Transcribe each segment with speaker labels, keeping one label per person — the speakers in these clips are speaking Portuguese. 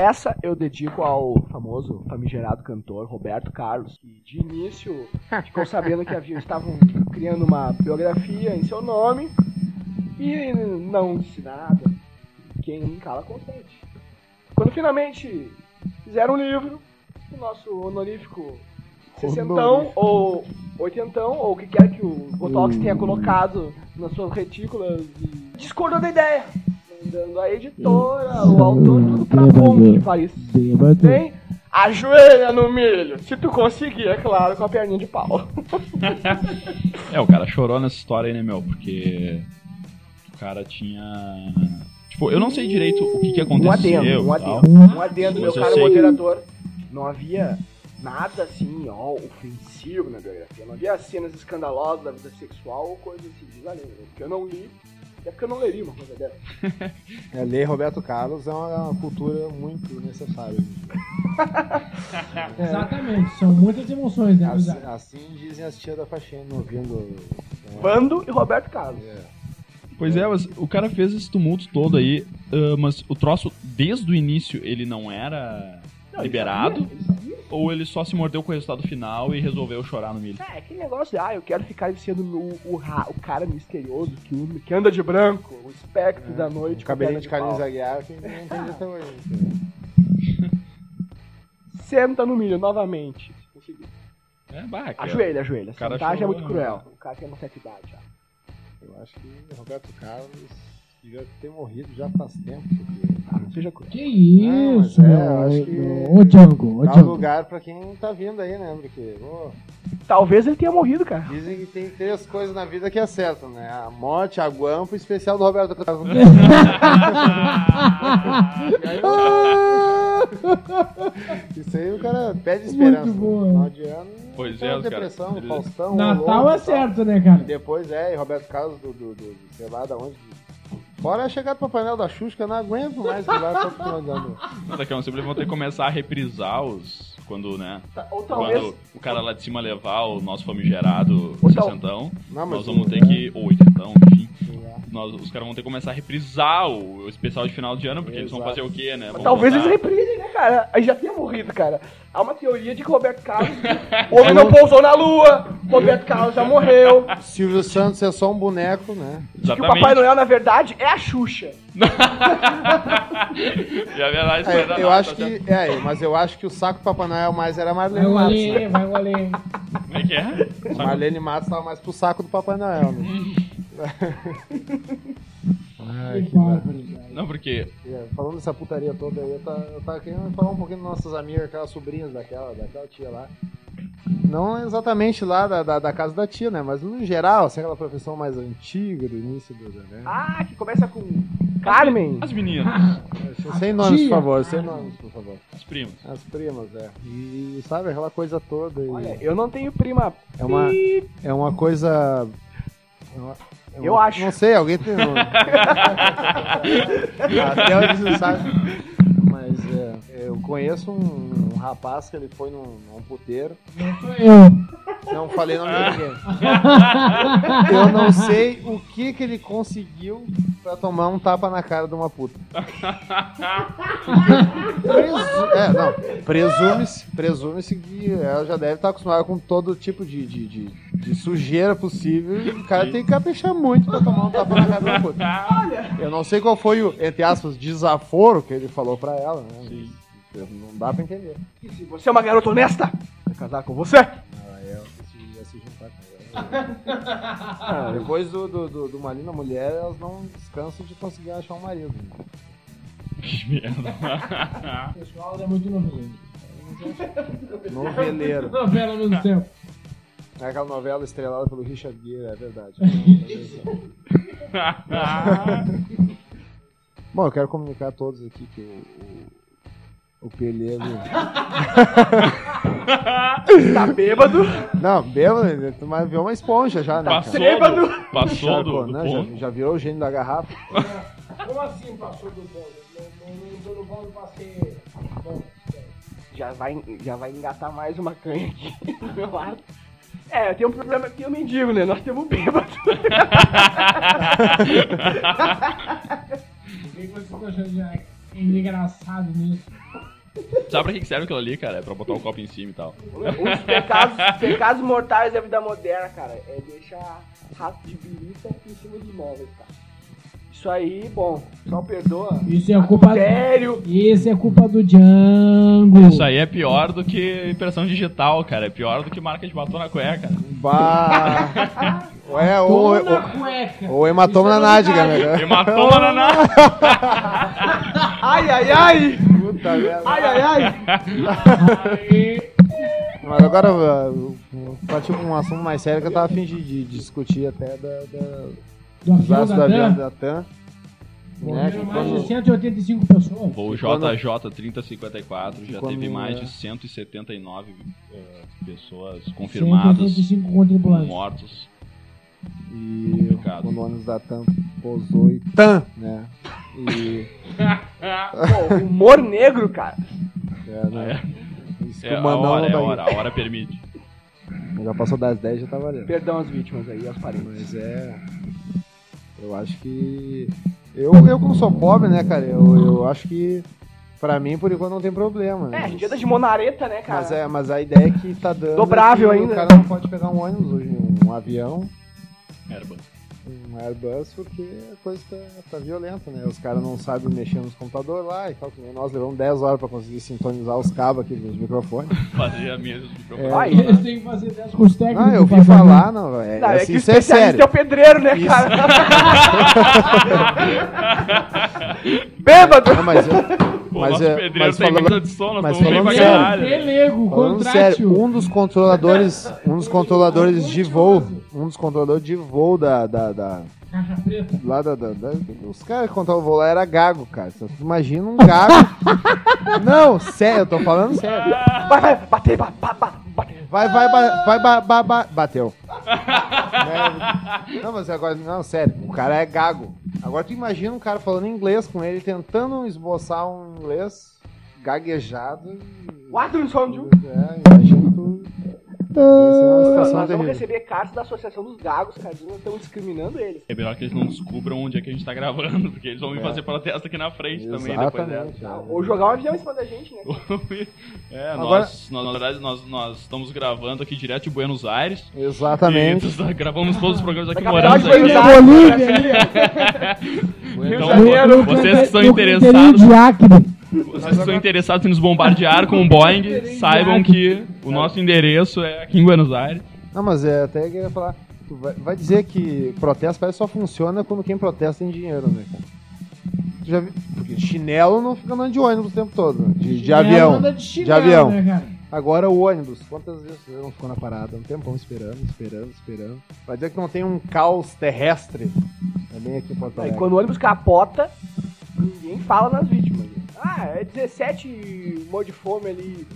Speaker 1: Essa eu dedico ao famoso famigerado cantor Roberto Carlos, que de início ficou sabendo que havia, estavam criando uma biografia em seu nome e não disse nada. Quem cala contente. Quando finalmente fizeram um livro, o nosso honorífico sessentão ou oitentão, ou o que quer que o Botox tenha colocado nas suas retículas, e discordou da ideia dando a editora, o autor, tudo pra bom de Paris. Vem, ajoelha no milho, se tu conseguir, é claro, com a perninha de pau.
Speaker 2: É, o cara chorou nessa história aí, né, meu? Porque o cara tinha. Tipo, eu não sei direito o que, que aconteceu.
Speaker 1: Um adendo, um
Speaker 2: e tal.
Speaker 1: adendo, um adendo, meu
Speaker 2: Mas eu
Speaker 1: caro
Speaker 2: sei-
Speaker 1: moderador. Não havia nada assim, ó, ofensivo na biografia. Não havia cenas escandalosas da vida sexual ou coisa assim, diz a lenda, né? Porque eu não li, até porque eu não leria uma coisa dessa.
Speaker 3: É, ler Roberto Carlos é uma, uma cultura muito necessária.
Speaker 4: Exatamente, são muitas emoções, né?
Speaker 3: Assim,
Speaker 4: Gurizada?
Speaker 3: assim dizem as tias da faxina ouvindo. né?
Speaker 1: Bando e Roberto Carlos.
Speaker 3: É.
Speaker 2: Pois é, mas o cara fez esse tumulto todo aí, ah, mas o troço, desde o início, ele não era
Speaker 1: Não, ele
Speaker 2: liberado?
Speaker 1: sabia, ele sabia.
Speaker 2: ou ele só se mordeu com o resultado final e resolveu chorar no milho?
Speaker 1: É, aquele negócio de, ah, eu quero ficar sendo o, o, ra- o cara misterioso que, usa- que anda de branco, o espectro
Speaker 2: É,
Speaker 1: da noite.
Speaker 3: né, O cabelinho de
Speaker 1: com perna
Speaker 3: Carlinhos
Speaker 1: pau.
Speaker 3: Aguiar que ninguém entende até hoje. assim.
Speaker 1: Senta no milho novamente. se conseguir.
Speaker 2: É, bah, cara.
Speaker 1: Ajoelha, ajoelha.
Speaker 2: O cara
Speaker 1: Sentar já é
Speaker 2: chorou,
Speaker 1: muito
Speaker 2: né?
Speaker 1: cruel. O cara tem uma certa idade já.
Speaker 3: Eu acho que Roberto Carlos devia ter morrido já faz tempo. porque
Speaker 1: Ah,
Speaker 2: Hum.
Speaker 1: não seja cruel.
Speaker 4: Que
Speaker 3: Não, mas
Speaker 4: isso,
Speaker 3: é,
Speaker 4: meu.
Speaker 3: eu acho que-
Speaker 4: Ô, Django, ô,
Speaker 3: Dá um
Speaker 4: Django.
Speaker 3: lugar pra quem tá vindo aí, né? Porque ô,
Speaker 1: Talvez ele tenha morrido, cara.
Speaker 3: dizem que tem três coisas na vida que acertam, né? A morte, a guampa e o especial do Roberto Carlos. Isso aí o cara pede esperança.
Speaker 4: Muito boa.
Speaker 3: Final de ano.
Speaker 2: Pois
Speaker 3: tá
Speaker 2: é, os
Speaker 3: depressão,
Speaker 2: caras-
Speaker 3: Faustão.
Speaker 4: Natal
Speaker 3: Lombo
Speaker 4: é
Speaker 3: e tal.
Speaker 4: certo, né, cara?
Speaker 3: Depois é, e Roberto Carlos do, do, do- do- sei lá da onde. Fora a chegada pro painel da Xuxa, que eu não aguento mais que lá tá mandando.
Speaker 2: Não, Daqui a um tempo eles vão ter que começar a reprisar os. Quando, né?
Speaker 1: Ta- Ou talvez.
Speaker 2: Quando o cara lá de cima levar o nosso famigerado
Speaker 1: Ou tal-
Speaker 2: sessentão,
Speaker 3: Não, Ah, mas
Speaker 2: nós vamos
Speaker 3: o- né?
Speaker 2: ter que. Ou oitentão, enfim.
Speaker 3: sei lá.
Speaker 2: Nós, os caras vão ter que começar a reprisar o, o especial de final de ano, porque eles vão
Speaker 3: Exato.
Speaker 2: fazer o quê, né?
Speaker 1: Mas
Speaker 2: Vão
Speaker 1: talvez eles
Speaker 2: botar-
Speaker 1: reprisem, né, cara? Aí já tenha morrido, cara. Há uma teoria de que Roberto Carlos. O
Speaker 2: É
Speaker 1: homem não pousou na lua, Roberto Carlos já morreu.
Speaker 3: Silvio Santos é só um boneco, né?
Speaker 1: Que o Papai
Speaker 2: Exatamente.
Speaker 1: Noel, na verdade, é a Xuxa.
Speaker 2: Já vai lá
Speaker 3: É,
Speaker 2: esperar.
Speaker 3: eu
Speaker 2: não,
Speaker 3: acho
Speaker 2: tá
Speaker 3: que.
Speaker 2: certo.
Speaker 3: É, mas eu acho que o saco do Papai Noel mais era a
Speaker 4: Vai
Speaker 3: Marlene Matos. Né?
Speaker 4: É o Alê, vai o Alê.
Speaker 2: Como é que é?
Speaker 3: A Marlene Matos tava mais pro saco do Papai Noel, né? Ai,
Speaker 4: Que
Speaker 3: que bar-
Speaker 4: bárbaro, cara.
Speaker 2: Não, porque.
Speaker 3: É, Falando dessa putaria toda aí, eu tava, eu tava querendo falar um pouquinho das nossas amigas, aquelas sobrinhas daquela, daquela tia lá. Não exatamente lá da, da, da casa da tia, né? Mas no geral, assim, aquela profissão mais antiga do início do. Né?
Speaker 1: Ah, que começa com. Carmen.
Speaker 2: As meninas,
Speaker 3: Assim, sem nomes, por
Speaker 4: tia.
Speaker 3: favor,
Speaker 1: Ah.
Speaker 3: sem nomes, por favor.
Speaker 2: as primas.
Speaker 3: As primas, é. E sabe, aquela coisa toda. E
Speaker 1: Olha, eu não tenho prima.
Speaker 3: é, uma, é uma coisa. é uma- é
Speaker 1: Eu
Speaker 3: uma-
Speaker 1: acho.
Speaker 3: Não sei, alguém tem. um- Até onde você sabe. Mas é, eu conheço um, um rapaz que ele foi num, num puteiro.
Speaker 4: Sou eu.
Speaker 3: Não falei nome de ninguém. Eu não sei o que que ele conseguiu pra tomar um tapa na cara de uma puta. Presu- é, não, presume-se presume que ela já deve estar acostumada com todo tipo de, de, de, de sujeira possível. E o cara tem que caprichar muito pra tomar um tapa na cara de uma puta. Eu não sei qual foi o, entre aspas, desaforo que ele falou pra ela, né?
Speaker 2: Sim.
Speaker 3: Não dá pra entender.
Speaker 1: E se você é uma garota honesta, vai casar com você.
Speaker 3: Ah, Depois do, do, do, do marido na mulher, elas não descansam de conseguir achar um marido.
Speaker 2: Que merda.
Speaker 4: O pessoal é muito novinho.
Speaker 3: Noveleiro.
Speaker 4: Novela mesmo tempo.
Speaker 3: É aquela novela estrelada pelo Richard Gere, é verdade. Bom, eu quero comunicar a todos aqui que o, o, o Pelego...
Speaker 1: Tá bêbado.
Speaker 3: Não, bêbado, ele- mas virou uma esponja já, né? cara?
Speaker 2: Passou,
Speaker 1: Bêbado.
Speaker 2: do, passou do,
Speaker 3: Charcot,
Speaker 2: do
Speaker 3: né?
Speaker 2: ponto.
Speaker 3: já, já virou o gênio da garrafa.
Speaker 4: Como assim passou do bolo? Não, não, não, do bolo passei. Bom,
Speaker 1: já vai, já vai engatar mais uma canha aqui do meu lado. É, eu tenho um problema aqui, eu mendigo, né? Nós temos um bêbado.
Speaker 4: o que que vocês estão achando de Jack? É engraçado mesmo.
Speaker 2: Sabe pra que que serve aquilo ali, cara? É pra botar o copo em cima e tal.
Speaker 1: Os pecados, pecados mortais da vida moderna, cara, é deixar rato de birita em cima de móveis, cara.
Speaker 5: Isso aí, bom, só perdoa.
Speaker 4: Isso é culpa
Speaker 5: Sério?
Speaker 4: Isso é culpa do Django.
Speaker 2: Isso aí é pior do que impressão digital, cara. É pior do que marca de batom na cueca.
Speaker 3: Bah. Ué, ou,
Speaker 4: Ou
Speaker 3: ou,
Speaker 4: na cueca.
Speaker 3: ou hematoma
Speaker 4: Isso
Speaker 3: na
Speaker 4: é
Speaker 3: nádega,
Speaker 4: novidade.
Speaker 2: E
Speaker 3: né?
Speaker 2: matou na na-
Speaker 5: Ai, ai, ai!
Speaker 3: Puta merda.
Speaker 5: Ai, ai, ai!
Speaker 4: Aí,
Speaker 3: Mas agora, eu- eu partiu pra um assunto mais sério que eu tava afim de, de discutir até da, da,
Speaker 4: do
Speaker 3: dos
Speaker 4: avião
Speaker 3: aços
Speaker 4: da
Speaker 3: da Via
Speaker 4: Dan,
Speaker 3: da TAM. Né, que
Speaker 4: morreram mais de
Speaker 3: quando,
Speaker 4: 185 pessoas.
Speaker 2: Voo
Speaker 3: quando-
Speaker 2: JJ3054 já
Speaker 3: quando- é
Speaker 2: teve mais de 179 eh, pessoas confirmadas
Speaker 4: 185 contribuintes.
Speaker 2: mortos.
Speaker 3: e
Speaker 2: Complicado.
Speaker 3: quando o ônibus da TAM pousou e TAM, né? E,
Speaker 1: Pô, humor negro, cara.
Speaker 3: é, né? Isso que
Speaker 2: É
Speaker 3: o
Speaker 2: a
Speaker 3: Manão
Speaker 2: hora, é a
Speaker 3: não
Speaker 2: hora,
Speaker 3: vai-
Speaker 2: a hora permite.
Speaker 3: Já passou das 10 já tava ali.
Speaker 5: Perdão as vítimas aí, as parentes.
Speaker 3: Mas é. Eu acho que. Eu, eu como sou pobre, né, cara? Eu, eu acho que. Pra mim, por enquanto, não tem problema. né?
Speaker 1: É, a gente anda
Speaker 3: mas,
Speaker 1: de monareta, né, cara?
Speaker 3: mas, é, mas a ideia que tá dando. é
Speaker 5: Dobrável
Speaker 3: que
Speaker 5: ainda.
Speaker 3: O cara não pode pegar um ônibus hoje, um avião,
Speaker 2: Erba.
Speaker 3: um Airbus, porque a coisa tá, tá violenta, né? Os caras não sabem mexer nos computadores lá e tal. que nem Nós levamos 10 horas pra conseguir sintonizar os cabos aqui dos microfones.
Speaker 2: Fazia mesmo de propósito.
Speaker 3: É,
Speaker 5: Ai,
Speaker 4: Eles têm que fazer 10 cursos técnicos.
Speaker 3: Ah, eu
Speaker 4: pra
Speaker 3: vi
Speaker 4: fazer.
Speaker 3: falar, não, é,
Speaker 1: Não, é
Speaker 3: assim,
Speaker 1: que o
Speaker 3: isso é
Speaker 1: especialista
Speaker 3: sério.
Speaker 1: é o pedreiro, né, cara? Bêbado!
Speaker 3: Não, mas, eu-
Speaker 2: Pô,
Speaker 3: mas,
Speaker 2: nosso
Speaker 3: é-
Speaker 2: pedreiro
Speaker 3: mas
Speaker 2: tem
Speaker 3: falando-
Speaker 2: muita de sono,
Speaker 3: mas
Speaker 2: estamos bem pra
Speaker 3: falando sério.
Speaker 2: caralho. né?
Speaker 4: Pelego,
Speaker 3: Falando sério,
Speaker 4: contrátil.
Speaker 3: um dos controladores, um dos controladores de voo, um dos controladores de voo da, da, da-
Speaker 4: Caixa preta.
Speaker 3: lá da, da- da- os caras que controlavam o voo lá era gago, cara. Você imagina um gago? Não, sério, eu tô falando sério.
Speaker 1: Vai, vai, bater, ba- ba- ba- bater.
Speaker 3: Vai, vai, ba- vai, ba- ba- ba- bateu. Né? Não, mas agora, não, sério, o cara é gago. Agora tu imagina um cara falando inglês com ele, tentando esboçar um inglês gaguejado. e-
Speaker 1: What do you sound you?
Speaker 3: É, imagina tu. Isso é uma
Speaker 1: Nós
Speaker 3: situação
Speaker 1: vamos
Speaker 3: terrível.
Speaker 1: receber cartas da Associação dos Gagos, cara. Eles estão discriminando eles.
Speaker 2: É melhor que eles não descubram onde é que a gente tá gravando, porque eles vão me fazer protesto aqui na frente também depois dessa.
Speaker 3: É. Exatamente, é.
Speaker 1: Ou jogar um avião em cima da gente, né?
Speaker 2: é,
Speaker 3: Agora-
Speaker 2: nós, nós, na verdade, nós, nós estamos gravando aqui direto de Buenos Aires.
Speaker 3: Exatamente.
Speaker 2: E nós gravamos todos os programas aqui
Speaker 1: Na
Speaker 2: morando.
Speaker 1: capital de
Speaker 2: Aí.
Speaker 1: Buenos
Speaker 4: Bolívia, né,
Speaker 2: Então,
Speaker 1: Rio de Janeiro,
Speaker 2: vo- vocês que são
Speaker 4: No criterio
Speaker 2: interessados,
Speaker 4: de Acre.
Speaker 2: vocês que são interessados em nos bombardear com o Boeing, saibam que o nosso endereço é aqui em Buenos Aires.
Speaker 3: Não, mas é, até que eu ia falar. tu vai, vai dizer que protesto parece que só funciona quando quem protesta tem dinheiro, né, cara? Tu já vi- Porque chinelo não fica andando de ônibus o tempo todo, né? de, de
Speaker 4: Ela
Speaker 3: avião.
Speaker 4: anda chinelo,
Speaker 3: avião.
Speaker 4: né, cara?
Speaker 3: Agora o ônibus, quantas vezes você não ficou na parada? Um tempão esperando, esperando, esperando. Vai dizer que não tem um caos terrestre também aqui em Porto
Speaker 1: Aí
Speaker 3: Alegre.
Speaker 1: quando o ônibus capota, ninguém fala nas vítimas. Ah, é 17 mor de fome ali.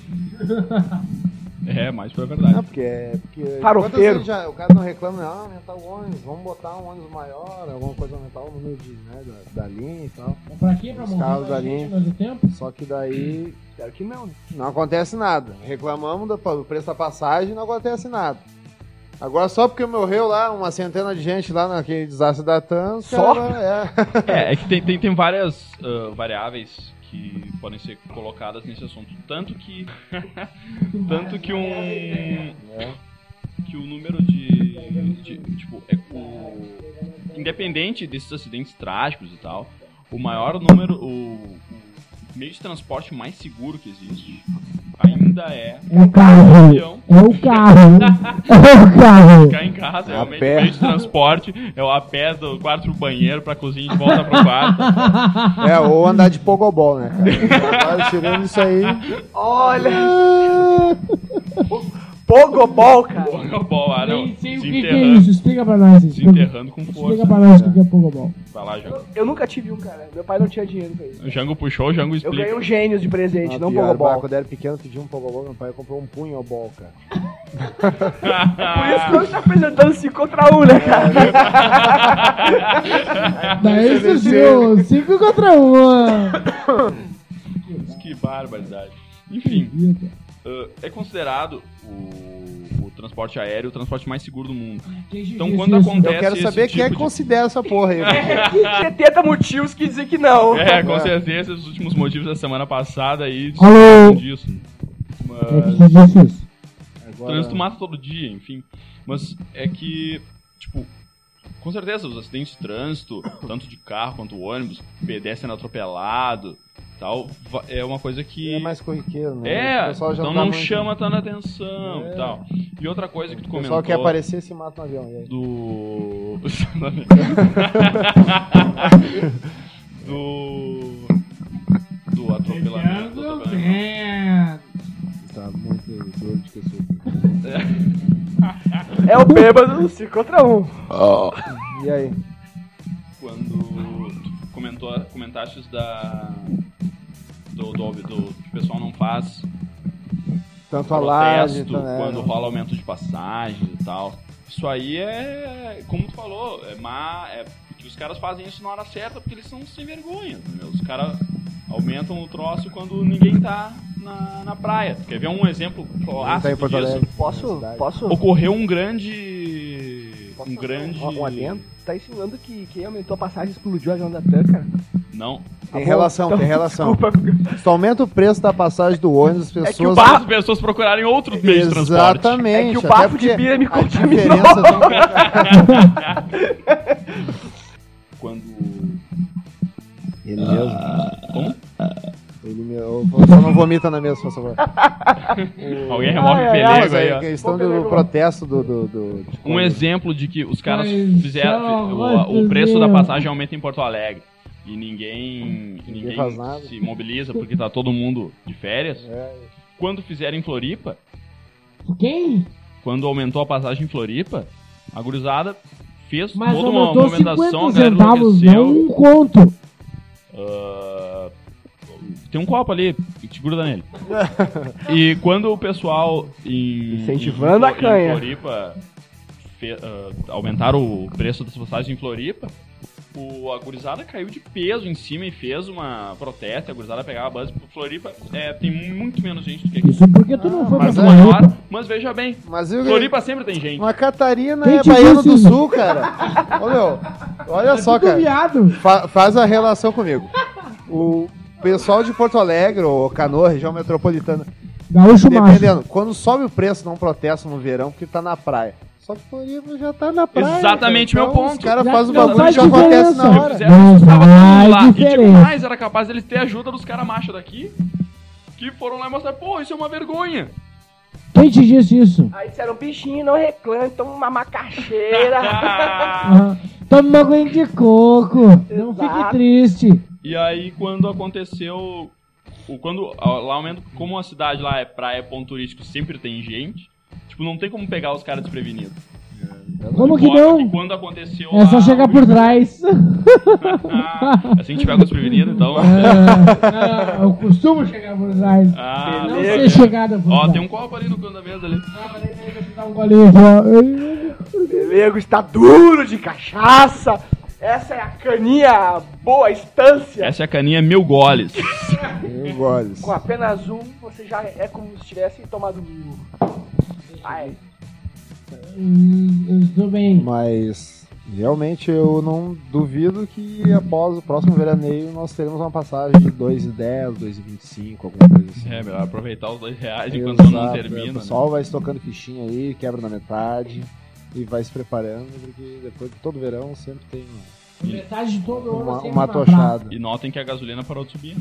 Speaker 2: É, mas foi a
Speaker 3: Não,
Speaker 2: verdade.
Speaker 3: porque é. Porque
Speaker 1: Farofeiro.
Speaker 3: quantas vezes já- o cara não reclama, não, ah, aumentar o ônibus, vamos botar um ônibus maior, alguma coisa aumentar o número de, né, da, da linha e tal.
Speaker 4: Pra quê? Pra
Speaker 3: Os
Speaker 4: montar
Speaker 3: carros
Speaker 4: pra
Speaker 3: ali.
Speaker 4: gente nós o tempo?
Speaker 3: Só que daí
Speaker 1: Espero que não, né?
Speaker 3: não acontece nada. Reclamamos do, do preço da passagem, não acontece nada. Agora só porque morreu lá uma centena de gente lá naquele desastre da TAM, os
Speaker 1: Só?
Speaker 3: caras, é.
Speaker 2: É, é que tem, tem, tem várias ah, variáveis que podem ser colocadas nesse assunto. Tanto que. tanto que um. Que o número de. de- tipo, é o. Independente desses acidentes trágicos e tal, o maior número. O, o meio de transporte mais seguro que existe ainda é
Speaker 4: É o carro.
Speaker 2: avião.
Speaker 4: É o carro. É o carro.
Speaker 2: Ficar em casa,
Speaker 3: A
Speaker 2: realmente,
Speaker 3: pé.
Speaker 2: meio de transporte, é o a pé do quarto pro banheiro, pra cozinha e de volta pro quarto.
Speaker 3: É, ou andar de pogobol, né, cara? Agora tirando isso aí.
Speaker 1: Olha, Pogobol, cara.
Speaker 2: Pogobol, ah, não.
Speaker 4: Nem sei o
Speaker 2: Se
Speaker 4: que, que é
Speaker 2: enterrando,
Speaker 4: isso. Explica pra nós isso.
Speaker 2: se enterrando com
Speaker 4: Explica
Speaker 2: força.
Speaker 4: pra nós o que que é Pogobol.
Speaker 2: Vai lá, Jango.
Speaker 1: Eu nunca tive um, cara. Meu pai não tinha dinheiro pra isso.
Speaker 2: O Jango puxou, o Jango
Speaker 1: Eu ganhei
Speaker 2: explica.
Speaker 1: um gênios de presente, não
Speaker 3: pior, bah,
Speaker 1: Pogobol.
Speaker 3: Quando eu era pequeno, eu pedi um pogobol, meu pai comprou um punhobol, cara.
Speaker 1: é Por isso que eu
Speaker 2: Ah.
Speaker 1: estou apresentando 5 contra 1, né,
Speaker 2: É.
Speaker 1: cara?
Speaker 4: Daí surgiu 5 contra 1.
Speaker 2: que barbaridade. Enfim, ah, é considerado uh, o, o transporte aéreo o transporte mais seguro do mundo.
Speaker 4: Quem
Speaker 2: Então
Speaker 4: diz
Speaker 2: quando
Speaker 4: isso?
Speaker 2: acontece
Speaker 3: Eu quero
Speaker 2: esse
Speaker 3: saber
Speaker 2: tipo
Speaker 3: quem é que
Speaker 2: de...
Speaker 3: considera essa porra aí. mano.
Speaker 1: 70 motivos que dizer que não.
Speaker 2: É, com
Speaker 3: É.
Speaker 2: certeza, os últimos motivos da semana passada aí
Speaker 4: Alô?
Speaker 2: disso.
Speaker 4: É
Speaker 2: Mas...
Speaker 4: que diz isso?
Speaker 3: Agora-
Speaker 2: Trânsito mata todo dia, enfim. Mas é que, tipo, com certeza os acidentes de trânsito, tanto de carro quanto ônibus, pedestre atropelado tal, va- é uma coisa que.
Speaker 3: É mais corriqueiro, né?
Speaker 2: É,
Speaker 3: O pessoal já
Speaker 2: então
Speaker 3: tá
Speaker 2: não
Speaker 3: muito-
Speaker 2: chama tanta atenção
Speaker 3: É.
Speaker 2: e tal. E outra coisa que tu
Speaker 3: O
Speaker 2: comentou
Speaker 3: pessoal quer aparecer se mata no avião. e aí?
Speaker 2: do. do. Do atropelamento. do atropelamento.
Speaker 4: É.
Speaker 3: Tá muito dor de pessoa.
Speaker 1: É o bêbado do 5 contra 1.
Speaker 3: E aí?
Speaker 2: quando tu comentou, comentaste isso da do, do, do que o pessoal não faz
Speaker 3: Tanto a laje,
Speaker 2: protesto
Speaker 3: então, é,
Speaker 2: quando
Speaker 3: não.
Speaker 2: rola aumento de passagem e tal. Isso aí é, como tu falou, é má, é porque os caras fazem isso na hora certa porque eles são sem vergonha, entendeu? Os caras aumentam o troço quando ninguém tá na, na praia. Quer ver um exemplo
Speaker 3: Não tá em
Speaker 2: clássico
Speaker 3: Porto
Speaker 2: disso?
Speaker 3: Alegre.
Speaker 5: Posso.
Speaker 3: Cidade.
Speaker 5: Posso.
Speaker 2: Ocorreu um grande um grande
Speaker 5: Um um adendo? Tá insinuando que quem aumentou a passagem explodiu a avião da TAM, cara?
Speaker 2: Não.
Speaker 3: Tem
Speaker 5: bom,
Speaker 3: relação,
Speaker 1: Tá
Speaker 3: tem relação.
Speaker 5: Desculpa.
Speaker 3: Então, Só aumenta o preço da passagem do
Speaker 2: É
Speaker 3: ônibus, as pessoas.
Speaker 2: As pessoas procurarem outros meios de transporte.
Speaker 3: Exatamente.
Speaker 5: É que o
Speaker 3: até
Speaker 5: bafo
Speaker 3: porque
Speaker 5: de Bira me
Speaker 3: a
Speaker 5: contaminou.
Speaker 3: diferença do-
Speaker 2: quando.
Speaker 3: Ele mesmo. Ah,
Speaker 2: Como?
Speaker 3: Ele me... eu Só não vomita na mesa, por favor.
Speaker 2: Alguém remove
Speaker 5: Ai,
Speaker 2: o
Speaker 5: ai,
Speaker 3: Mas
Speaker 2: pelego aí,
Speaker 3: aí,
Speaker 2: ó.
Speaker 3: questão do protesto do. do, do- de
Speaker 2: Um
Speaker 3: quando-
Speaker 2: exemplo de que os caras
Speaker 4: Ai,
Speaker 2: fizeram.
Speaker 4: pelo amor
Speaker 2: O, o
Speaker 4: de
Speaker 2: preço da
Speaker 4: Deus.
Speaker 2: passagem aumenta em Porto Alegre. E ninguém. Ninguém
Speaker 3: faz nada.
Speaker 2: se mobiliza porque tá todo mundo de férias.
Speaker 3: É.
Speaker 2: Quando fizeram em Floripa,
Speaker 4: Quem?
Speaker 2: quando aumentou a passagem em Floripa, a gurizada fez
Speaker 4: Mas
Speaker 2: toda uma, uma
Speaker 4: aumentou
Speaker 2: aumentação, a
Speaker 4: 50
Speaker 2: galera
Speaker 4: centavos, não
Speaker 2: enlouqueceu.
Speaker 4: um conto.
Speaker 2: Ah, tem um copo ali, te gruda nele. e quando o pessoal em,
Speaker 5: Incentivando
Speaker 2: em-
Speaker 5: a canha.
Speaker 2: Em Floripa fe, ah, aumentaram o preço das passagens em Floripa, o, a gurizada caiu de peso em cima e fez uma protesta. A gurizada pegava a base. Floripa é, tem muito menos gente do que aqui.
Speaker 4: Isso porque tu não foi pra
Speaker 3: mas
Speaker 4: tua
Speaker 3: é
Speaker 2: Claro,
Speaker 4: ripa.
Speaker 2: mas veja bem,
Speaker 3: Mas eu...
Speaker 2: Floripa sempre tem gente.
Speaker 3: Uma Catarina
Speaker 4: Quem
Speaker 3: é
Speaker 4: te
Speaker 3: Baiano
Speaker 4: disse
Speaker 3: do
Speaker 4: isso?
Speaker 3: Sul, cara. Ô, meu, olha só,
Speaker 4: Tu
Speaker 3: cara.
Speaker 4: É viado.
Speaker 3: Fa- faz a relação comigo. O pessoal de Porto Alegre, ou Canoa, região metropolitana,
Speaker 4: Gaúcho macho.
Speaker 3: dependendo, quando sobe o preço, não protestam no verão porque tá na praia. Só que Floripa já tá na praia.
Speaker 2: Exatamente
Speaker 3: cara.
Speaker 2: meu
Speaker 3: Então,
Speaker 2: ponto.
Speaker 3: Os caras
Speaker 4: Já-
Speaker 3: fazem o
Speaker 4: já
Speaker 3: bagulho e
Speaker 4: faz
Speaker 3: já acontece
Speaker 4: diferença.
Speaker 3: na hora.
Speaker 2: fizeram isso,
Speaker 4: Não é
Speaker 2: tava todo mundo lá.
Speaker 4: faz
Speaker 2: E tipo,
Speaker 4: diferença.
Speaker 2: mais era capaz deles ter ajuda dos caras macha daqui. Que foram lá e mostrar, pô, isso é uma vergonha.
Speaker 4: Quem te disse isso?
Speaker 1: Aí disseram, bichinho, não reclame, toma uma macaxeira.
Speaker 4: Ah, toma uma aguinha de coco. Não fique
Speaker 1: Exato.
Speaker 4: triste.
Speaker 2: e aí quando aconteceu. o- Quando, ó, lá aumenta, como a cidade lá é praia, é ponto turístico, sempre tem gente. Tipo, não tem como pegar os caras desprevenidos.
Speaker 4: Como que
Speaker 2: Foda
Speaker 4: não?
Speaker 2: quando aconteceu
Speaker 4: É só
Speaker 2: lá,
Speaker 4: chegar
Speaker 2: o-
Speaker 4: por trás.
Speaker 2: assim a gente pega os prevenidos, então.
Speaker 4: Ah, É, eu costumo chegar por trás.
Speaker 2: Ah,
Speaker 4: Não
Speaker 2: beleza.
Speaker 4: ser chegada por
Speaker 2: Ó,
Speaker 4: trás.
Speaker 2: tem um copo ali no canto da mesa ali.
Speaker 4: Dá um golinho só.
Speaker 1: Pelego está duro de cachaça. Essa é a caninha boa estância.
Speaker 2: Essa é a caninha mil goles.
Speaker 3: Eu gosto.
Speaker 1: Com apenas um, você já é como se tivesse tomado um Ah, mil. Ai,
Speaker 4: Hum, eu tô bem.
Speaker 3: Mas realmente eu não duvido que após o próximo veraneio nós teremos uma passagem de 2,10, 2,25, alguma coisa assim.
Speaker 2: É, melhor aproveitar os dois reais enquanto o ano não
Speaker 4: é,
Speaker 3: Exato, é,
Speaker 2: termina.
Speaker 3: O
Speaker 2: né?
Speaker 3: pessoal vai estocando fichinha aí, quebra na metade e vai se preparando, porque depois de todo verão sempre tem
Speaker 4: Metade de todo ano
Speaker 3: uma,
Speaker 4: sempre
Speaker 3: uma
Speaker 4: na praia.
Speaker 3: tochada.
Speaker 2: né? E notem que a gasolina parou de subir.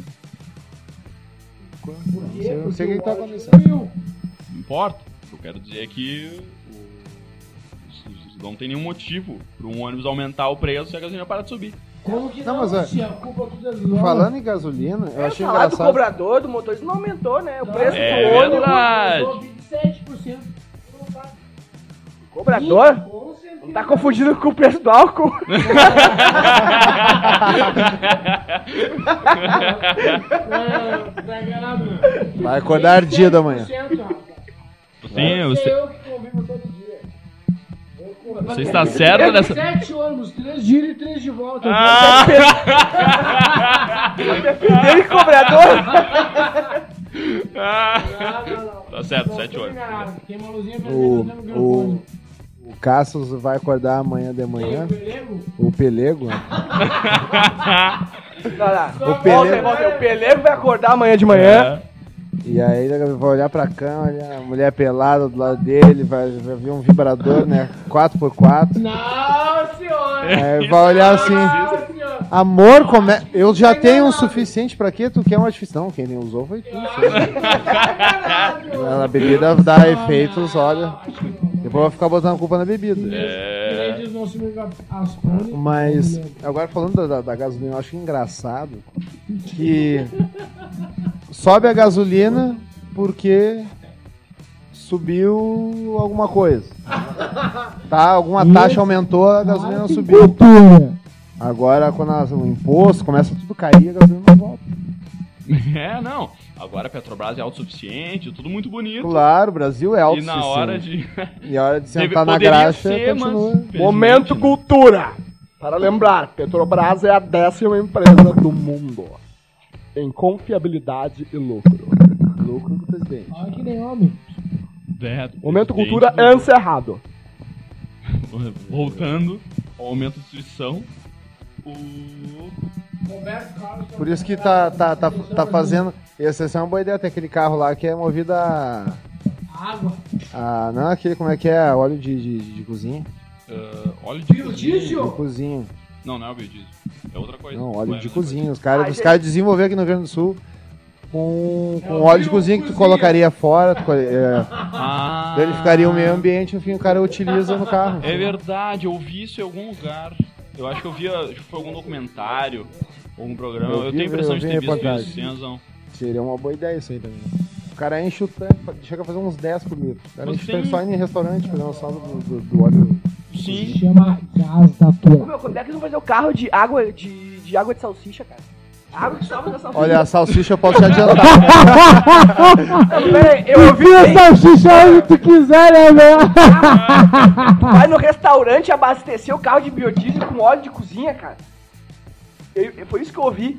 Speaker 3: Não sei, não sei o que que tá acontecendo.
Speaker 4: Subiu.
Speaker 2: Não importa. Eu quero dizer é que o- os- os- não tem nenhum motivo para um ônibus aumentar o preço se a gasolina parar de subir.
Speaker 4: Como que
Speaker 3: Não,
Speaker 4: não,
Speaker 3: mas, ó,
Speaker 4: se a culpa tudo é do homem?
Speaker 3: Falando em gasolina, eu
Speaker 1: o
Speaker 3: achei
Speaker 1: salário do
Speaker 3: engraçado.
Speaker 1: cobrador, do motorista, não aumentou, né? O preço
Speaker 2: É
Speaker 1: do ônibus.
Speaker 2: verdade.
Speaker 4: Aumentou 27%. Não tá-
Speaker 1: Cobrador?
Speaker 4: Com certeza.
Speaker 1: Tá confundindo com o preço do álcool?
Speaker 4: Não, tá enganado.
Speaker 3: Vai acordar ardido amanhã.
Speaker 4: 27%, rapaz.
Speaker 2: Sim,
Speaker 4: Sei
Speaker 2: É, você,
Speaker 4: eu que convivo todo dia. Eu convivo.
Speaker 2: você está certo dessa.
Speaker 4: Sete ônibus, três de ida e três de volta.
Speaker 2: Ah!
Speaker 1: Dele cobrador?
Speaker 2: Ah!
Speaker 4: Não, não, não.
Speaker 2: Tá Tá certo, 7 horas.
Speaker 4: horas. Tem uma luzinha pra
Speaker 3: O,
Speaker 4: no
Speaker 3: o,
Speaker 4: microfone.
Speaker 3: o Cassius vai acordar amanhã de
Speaker 4: Tem
Speaker 3: manhã.
Speaker 4: o pelego?
Speaker 3: O Pelego.
Speaker 1: Vai lá.
Speaker 3: O
Speaker 1: Volta aí,
Speaker 3: Pelego.
Speaker 1: volta aí. O Pelego vai acordar amanhã de manhã.
Speaker 3: E aí ele vai olhar pra cama, olhar a mulher pelada do lado dele, vai, vai ver um vibrador, né? 4x4.
Speaker 4: Não, senhora!
Speaker 3: Aí vai É, olhar assim.
Speaker 4: Não, senhora!
Speaker 3: Amor, como é? Eu já tenho o suficiente pra quê? Tu quer um artificial? Não, quem nem usou foi tu. A bebida dá efeitos, olha. Depois vai ficar botando a culpa na bebida.
Speaker 2: É.
Speaker 4: Grandes não se ligam às cones.
Speaker 3: Mas, agora falando da, da- da gasolina, eu acho engraçado que sobe a gasolina porque subiu alguma coisa. Tá, alguma taxa aumentou, a gasolina subiu. Agora, quando as- o imposto começa tudo a cair, a gasolina não volta.
Speaker 2: É, não. Agora a Petrobras é autossuficiente, tudo muito bonito.
Speaker 3: Claro, o Brasil é alto
Speaker 2: E na hora de.
Speaker 3: E a hora de sentar na
Speaker 2: Poderia
Speaker 3: graxa,
Speaker 2: ser, mas,
Speaker 3: continua.
Speaker 2: infelizmente,
Speaker 5: Momento
Speaker 2: né?
Speaker 5: cultura. Para lembrar, Petrobras é a décima empresa do mundo em confiabilidade e lucro.
Speaker 3: Lucro do presidente.
Speaker 4: Olha que nem homem.
Speaker 2: É, do
Speaker 5: Momento
Speaker 2: presidente
Speaker 5: cultura
Speaker 1: é
Speaker 2: do-
Speaker 5: encerrado.
Speaker 2: Voltando ao momento de destruição. O.
Speaker 4: Roberto Carlos.
Speaker 3: Por isso que tá, tá, tá, tá fazendo. Essa essa é uma boa ideia, tem aquele carro lá que é movido a.
Speaker 4: Água.
Speaker 3: Ah, não, aquele como é que é? Óleo de, de, de cozinha?
Speaker 2: ah, óleo de. cozinha.
Speaker 4: Biodiesel?
Speaker 3: De cozinha.
Speaker 2: Não, não é o biodiesel. É outra coisa.
Speaker 3: Não,
Speaker 2: É,
Speaker 3: óleo de
Speaker 2: né?
Speaker 3: cozinha. Os caras
Speaker 1: Ah,
Speaker 3: os
Speaker 1: gente.
Speaker 3: caras desenvolveram aqui no Rio Grande do Sul com,
Speaker 4: É
Speaker 3: com
Speaker 4: o
Speaker 3: óleo de
Speaker 4: bio
Speaker 3: cozinha que tu
Speaker 4: cozinha.
Speaker 3: colocaria fora, tu, col- é,
Speaker 2: Ah,
Speaker 3: daí ele ficaria o meio ambiente, enfim, o cara utiliza no carro.
Speaker 2: É verdade, eu vi isso em algum lugar. Eu acho que eu vi, acho que foi algum documentário, algum programa.
Speaker 3: Eu
Speaker 2: Eu,
Speaker 3: vi,
Speaker 2: tenho a impressão
Speaker 3: eu
Speaker 2: de
Speaker 3: vi
Speaker 2: ter visto
Speaker 3: reportagem.
Speaker 2: isso, Cenzão.
Speaker 3: Seria uma boa ideia isso aí também. O cara enche o tanque, chega a fazer uns 10 por litro. O cara
Speaker 2: Mas
Speaker 3: enche o
Speaker 2: tem-
Speaker 3: tanque só em restaurante, fazendo noção do, do, do óleo.
Speaker 2: Sim,
Speaker 4: Chama gás
Speaker 1: Ô,
Speaker 4: natural.
Speaker 1: meu, quando é que eles vão fazer o carro de água de, de água de salsicha, cara? Água que salva da salsicha.
Speaker 3: Olha, a salsicha eu posso te adiantar.
Speaker 1: Não, pera aí, eu ouvi bem.
Speaker 3: salsicha onde tu quiser, né, meu?
Speaker 1: Vai no restaurante abastecer o carro de biodiesel com óleo de cozinha, cara. Eu- eu- foi isso que eu ouvi.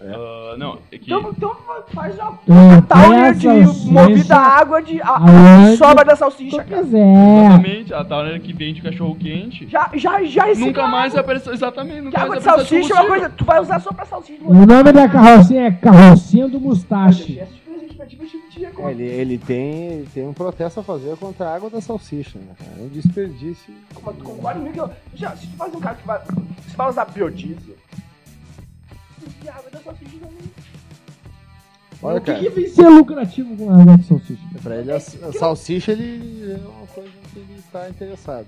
Speaker 2: ah, não, é que.
Speaker 1: Então, então faz uma
Speaker 4: Hum,
Speaker 1: taurina
Speaker 4: essa
Speaker 1: de
Speaker 4: salsicha-
Speaker 1: movida a água de a, a
Speaker 4: Aonde
Speaker 1: sobra da
Speaker 4: Tu
Speaker 1: salsicha, cara.
Speaker 4: quiser.
Speaker 2: Exatamente, a taurina que vende cachorro quente.
Speaker 1: Já, já, já esse
Speaker 2: Nunca
Speaker 1: cara-
Speaker 2: mais apareceu. Exatamente,
Speaker 1: Que
Speaker 2: nunca
Speaker 1: água de
Speaker 2: mais apareceu.
Speaker 1: salsicha é uma coisa. Tu vai usar só pra salsicha.
Speaker 4: O nome da carrocinha é Carrocinha do Mustache.
Speaker 1: Essa expectativa tipo de dia,
Speaker 3: É,
Speaker 1: como
Speaker 3: Ele, ele tem, ele tem um protesto a fazer contra a água da salsicha, né? cara? É um desperdício.
Speaker 1: como tu concorda comigo? que eu- Já, se tu faz um cara que vai. Se tu vai usar biodiesel. que água da salsicha também.
Speaker 3: Olha,
Speaker 4: o que, que
Speaker 3: cara,
Speaker 4: vem ser é lucrativo com a água de salsicha?
Speaker 3: pra ele a, a salsicha ele é uma coisa que ele tá interessado.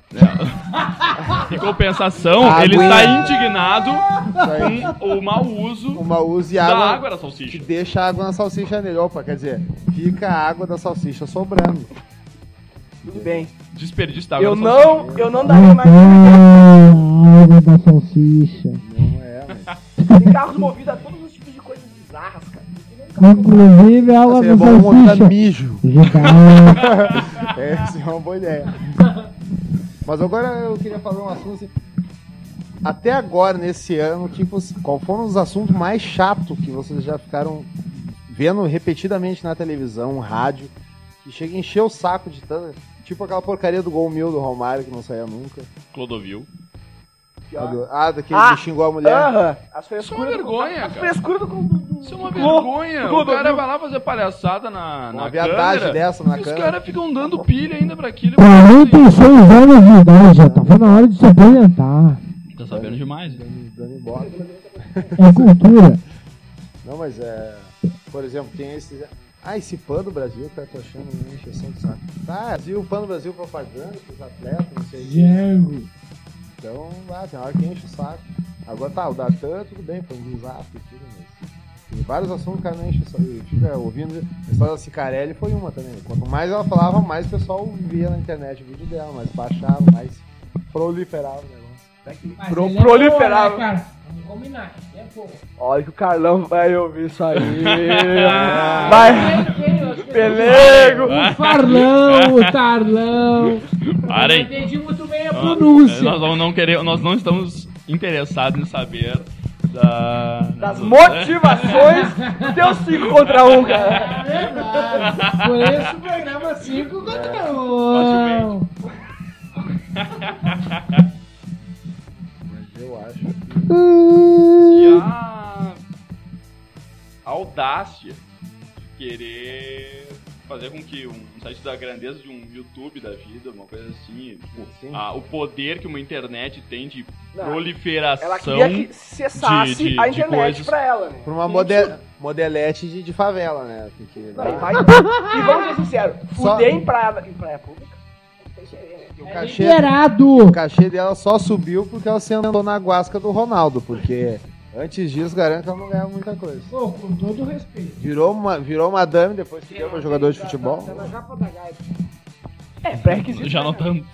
Speaker 2: Em compensação,
Speaker 3: A
Speaker 2: ele
Speaker 3: aguinha.
Speaker 2: está indignado
Speaker 3: Isso aí,
Speaker 2: com o mau uso
Speaker 3: uma usa e
Speaker 2: da
Speaker 3: água,
Speaker 2: água da
Speaker 3: que
Speaker 2: salsicha.
Speaker 3: deixa a água na salsicha nele. Opa, quer dizer, fica a água da salsicha sobrando.
Speaker 1: Tudo bem.
Speaker 2: Desperdício da água
Speaker 1: Eu
Speaker 2: da salsicha.
Speaker 1: não. Eu não daria mais.
Speaker 4: Ah, água da salsicha.
Speaker 3: Não é, velho.
Speaker 1: Tem carros movidos a todos os tipos de coisas bizarras, cara.
Speaker 4: Inclusive a água
Speaker 3: Seria
Speaker 4: da
Speaker 3: bom um outro
Speaker 4: salsicha.
Speaker 3: mijo.
Speaker 4: Gigal.
Speaker 3: Essa é uma boa ideia. Mas agora eu queria fazer um assunto assim. Até agora, nesse ano, que você, qual foram os assuntos mais chatos que vocês já ficaram vendo repetidamente na televisão, um rádio, que chega a encher o saco de tanto. Tipo aquela porcaria do gol mil do Romário que não saía nunca.
Speaker 2: Clodovil.
Speaker 3: Ah, do- Ah, daquele
Speaker 1: Ah,
Speaker 3: que xingou a mulher.
Speaker 1: Aham. As
Speaker 2: Isso é uma
Speaker 1: frescuras. do-
Speaker 2: vergonha,
Speaker 1: As
Speaker 2: cara.
Speaker 1: frescuras do. do-
Speaker 2: Isso é uma
Speaker 1: do-
Speaker 2: vergonha. O
Speaker 1: Clodovil.
Speaker 2: cara vai lá fazer palhaçada na,
Speaker 3: uma
Speaker 2: na
Speaker 3: viadagem
Speaker 2: câmera.
Speaker 3: dessa na
Speaker 2: e os
Speaker 3: câmera.
Speaker 2: caras ficam
Speaker 1: Tá
Speaker 2: dando pilha ainda pra aquilo.
Speaker 4: 46 anos de idade, já tava na hora de se apresentar.
Speaker 2: Tá sabendo demais, né?
Speaker 3: Dando- dando embora.
Speaker 4: É cultura.
Speaker 3: Não, mas é. Por exemplo, tem esse. Ah, esse pan do Brasil, cara, tô achando uma encheção de saco. Ah, Brasil, pan do Brasil propaganda pros atletas, não sei o quê.
Speaker 4: Diego.
Speaker 3: Então, ah, tem hora que enche o saco. Agora tá, o Datan, tudo bem, foi um zap e tudo, mas. Tem vários assuntos que o cara não enche o saco. Ele Fica ouvindo. A história da Cicarelli foi uma também. Quanto mais ela falava, mais o pessoal via na internet o vídeo dela, mais baixava, mais proliferava o negócio.
Speaker 4: Mas
Speaker 5: Pro-
Speaker 4: ele é
Speaker 5: proliferava.
Speaker 4: boa, né, cara? Vamos combinar, ele é boa.
Speaker 5: Olha que o Carlão vai ouvir isso aí.
Speaker 4: Ah.
Speaker 5: vai, pelego.
Speaker 2: Ah.
Speaker 4: O Farlão, o Tarlão. Não
Speaker 2: Parem.
Speaker 4: entendi muito bem a
Speaker 2: Ah,
Speaker 4: pronúncia.
Speaker 2: Nós, vamos não querer, nós não estamos interessados em saber da-
Speaker 1: Das motivações do teu 5 contra 1, um, cara.
Speaker 4: É verdade. Por isso o programa 5 contra 1.
Speaker 3: Eu acho.
Speaker 2: E a audácia de querer fazer com que um site da grandeza de um YouTube da vida, uma coisa assim, tipo,
Speaker 3: Sim.
Speaker 2: a- o poder que uma internet tem de
Speaker 1: Não,
Speaker 2: proliferação.
Speaker 1: Ela queria que cessasse
Speaker 2: de- de-
Speaker 1: a
Speaker 2: de
Speaker 1: internet
Speaker 2: coisas.
Speaker 1: pra ela, né?
Speaker 3: Por uma mode- modelete de, de favela, né? Porque,
Speaker 1: Não,
Speaker 3: né?
Speaker 1: e vai- e vamos ser sinceros,
Speaker 3: Só-
Speaker 1: fuder em praia, em praia pública. não tem jeito, né?
Speaker 3: O
Speaker 4: É
Speaker 3: cachê,
Speaker 4: liberado.
Speaker 3: o cachê dela só subiu porque ela sentou na guasca do Ronaldo, porque antes disso, garanto que ela não ganhava muita coisa.
Speaker 4: Pô, com todo o respeito.
Speaker 3: Virou, uma, virou madame depois que deu pra é um jogador de futebol.
Speaker 4: Tá na capa da gaita.
Speaker 1: É, pré-requisito.
Speaker 2: Já não estamos.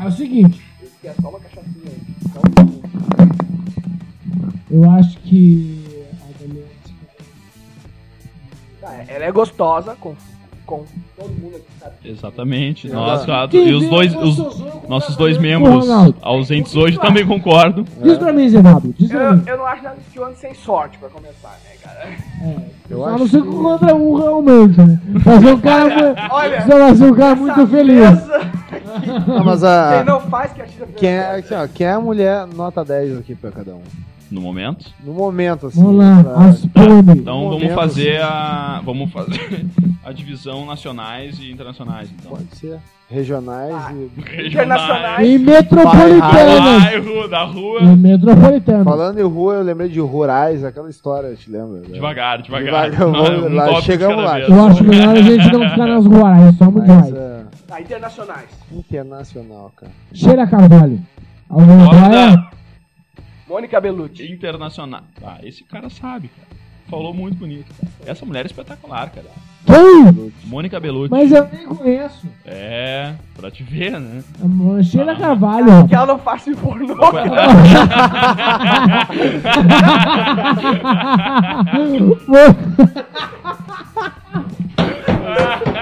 Speaker 4: É o seguinte,
Speaker 1: É só uma cachaçinha aí. Então,
Speaker 4: eu acho que a Daniela
Speaker 1: Tá, Ela é gostosa com, com todo mundo aqui, sabe?
Speaker 2: Exatamente.
Speaker 3: Eu
Speaker 2: Nós
Speaker 3: não.
Speaker 2: quatro. E os dois, os nossos dois membros
Speaker 4: Ronaldo.
Speaker 2: ausentes hoje também concordo.
Speaker 4: Diz pra mim, Zenaldo, diz
Speaker 1: Eu,
Speaker 4: pra mim.
Speaker 1: eu não acho nada que o ano sem sorte, pra começar, né, cara?
Speaker 3: Eu
Speaker 4: Só
Speaker 3: acho
Speaker 4: não sei
Speaker 3: que-
Speaker 4: contra um realmente, né? Mas é um cara,
Speaker 1: Olha,
Speaker 4: só vai ser um
Speaker 3: tá
Speaker 4: cara muito
Speaker 1: essa
Speaker 4: feliz.
Speaker 1: mesa,
Speaker 3: Não, mas
Speaker 1: Quem
Speaker 3: a.
Speaker 1: não faz que atira
Speaker 3: Quem é, assim, ó, quem é a mulher, nota 10 aqui pra cada um.
Speaker 2: No momento.
Speaker 3: No momento, assim.
Speaker 4: Vamos lá,
Speaker 3: pra-
Speaker 4: as pone.
Speaker 2: Então
Speaker 3: No
Speaker 2: vamos
Speaker 3: momento,
Speaker 2: fazer a. Vamos fazer a divisão nacionais e internacionais. Então.
Speaker 3: Pode ser. Regionais e.
Speaker 1: Internacionais.
Speaker 4: Em
Speaker 2: Do
Speaker 4: metropolitanas.
Speaker 2: bairro, da rua.
Speaker 4: Em metropolitanas.
Speaker 3: Falando em rua, eu lembrei de rurais, aquela história, te lembra? né?
Speaker 2: Devagar, devagar.
Speaker 3: Devagar, vamos lá,
Speaker 2: tópico de
Speaker 3: chegamos
Speaker 2: cada
Speaker 3: lá.
Speaker 2: vez.
Speaker 4: Eu acho melhor a gente não ficar nas Guarais, só muito
Speaker 3: Mas,
Speaker 4: mais.
Speaker 3: é,
Speaker 1: Tá, internacionais.
Speaker 3: internacional, cara.
Speaker 4: Cheira Carvalho. Alguma
Speaker 2: Bora
Speaker 4: praia?
Speaker 2: lá.
Speaker 1: Mônica Bellucci.
Speaker 2: Internacional. Ah, esse cara sabe, cara. Falou muito bonito, cara. Essa mulher é espetacular, cara.
Speaker 4: Quem?
Speaker 2: Mônica Bellucci.
Speaker 4: "É, Mas eu nem conheço.
Speaker 2: É, pra te ver, né?
Speaker 4: A mo- Sheila
Speaker 2: Ah.
Speaker 4: Carvalho.
Speaker 1: Que ela não faz se pornô.
Speaker 3: deixa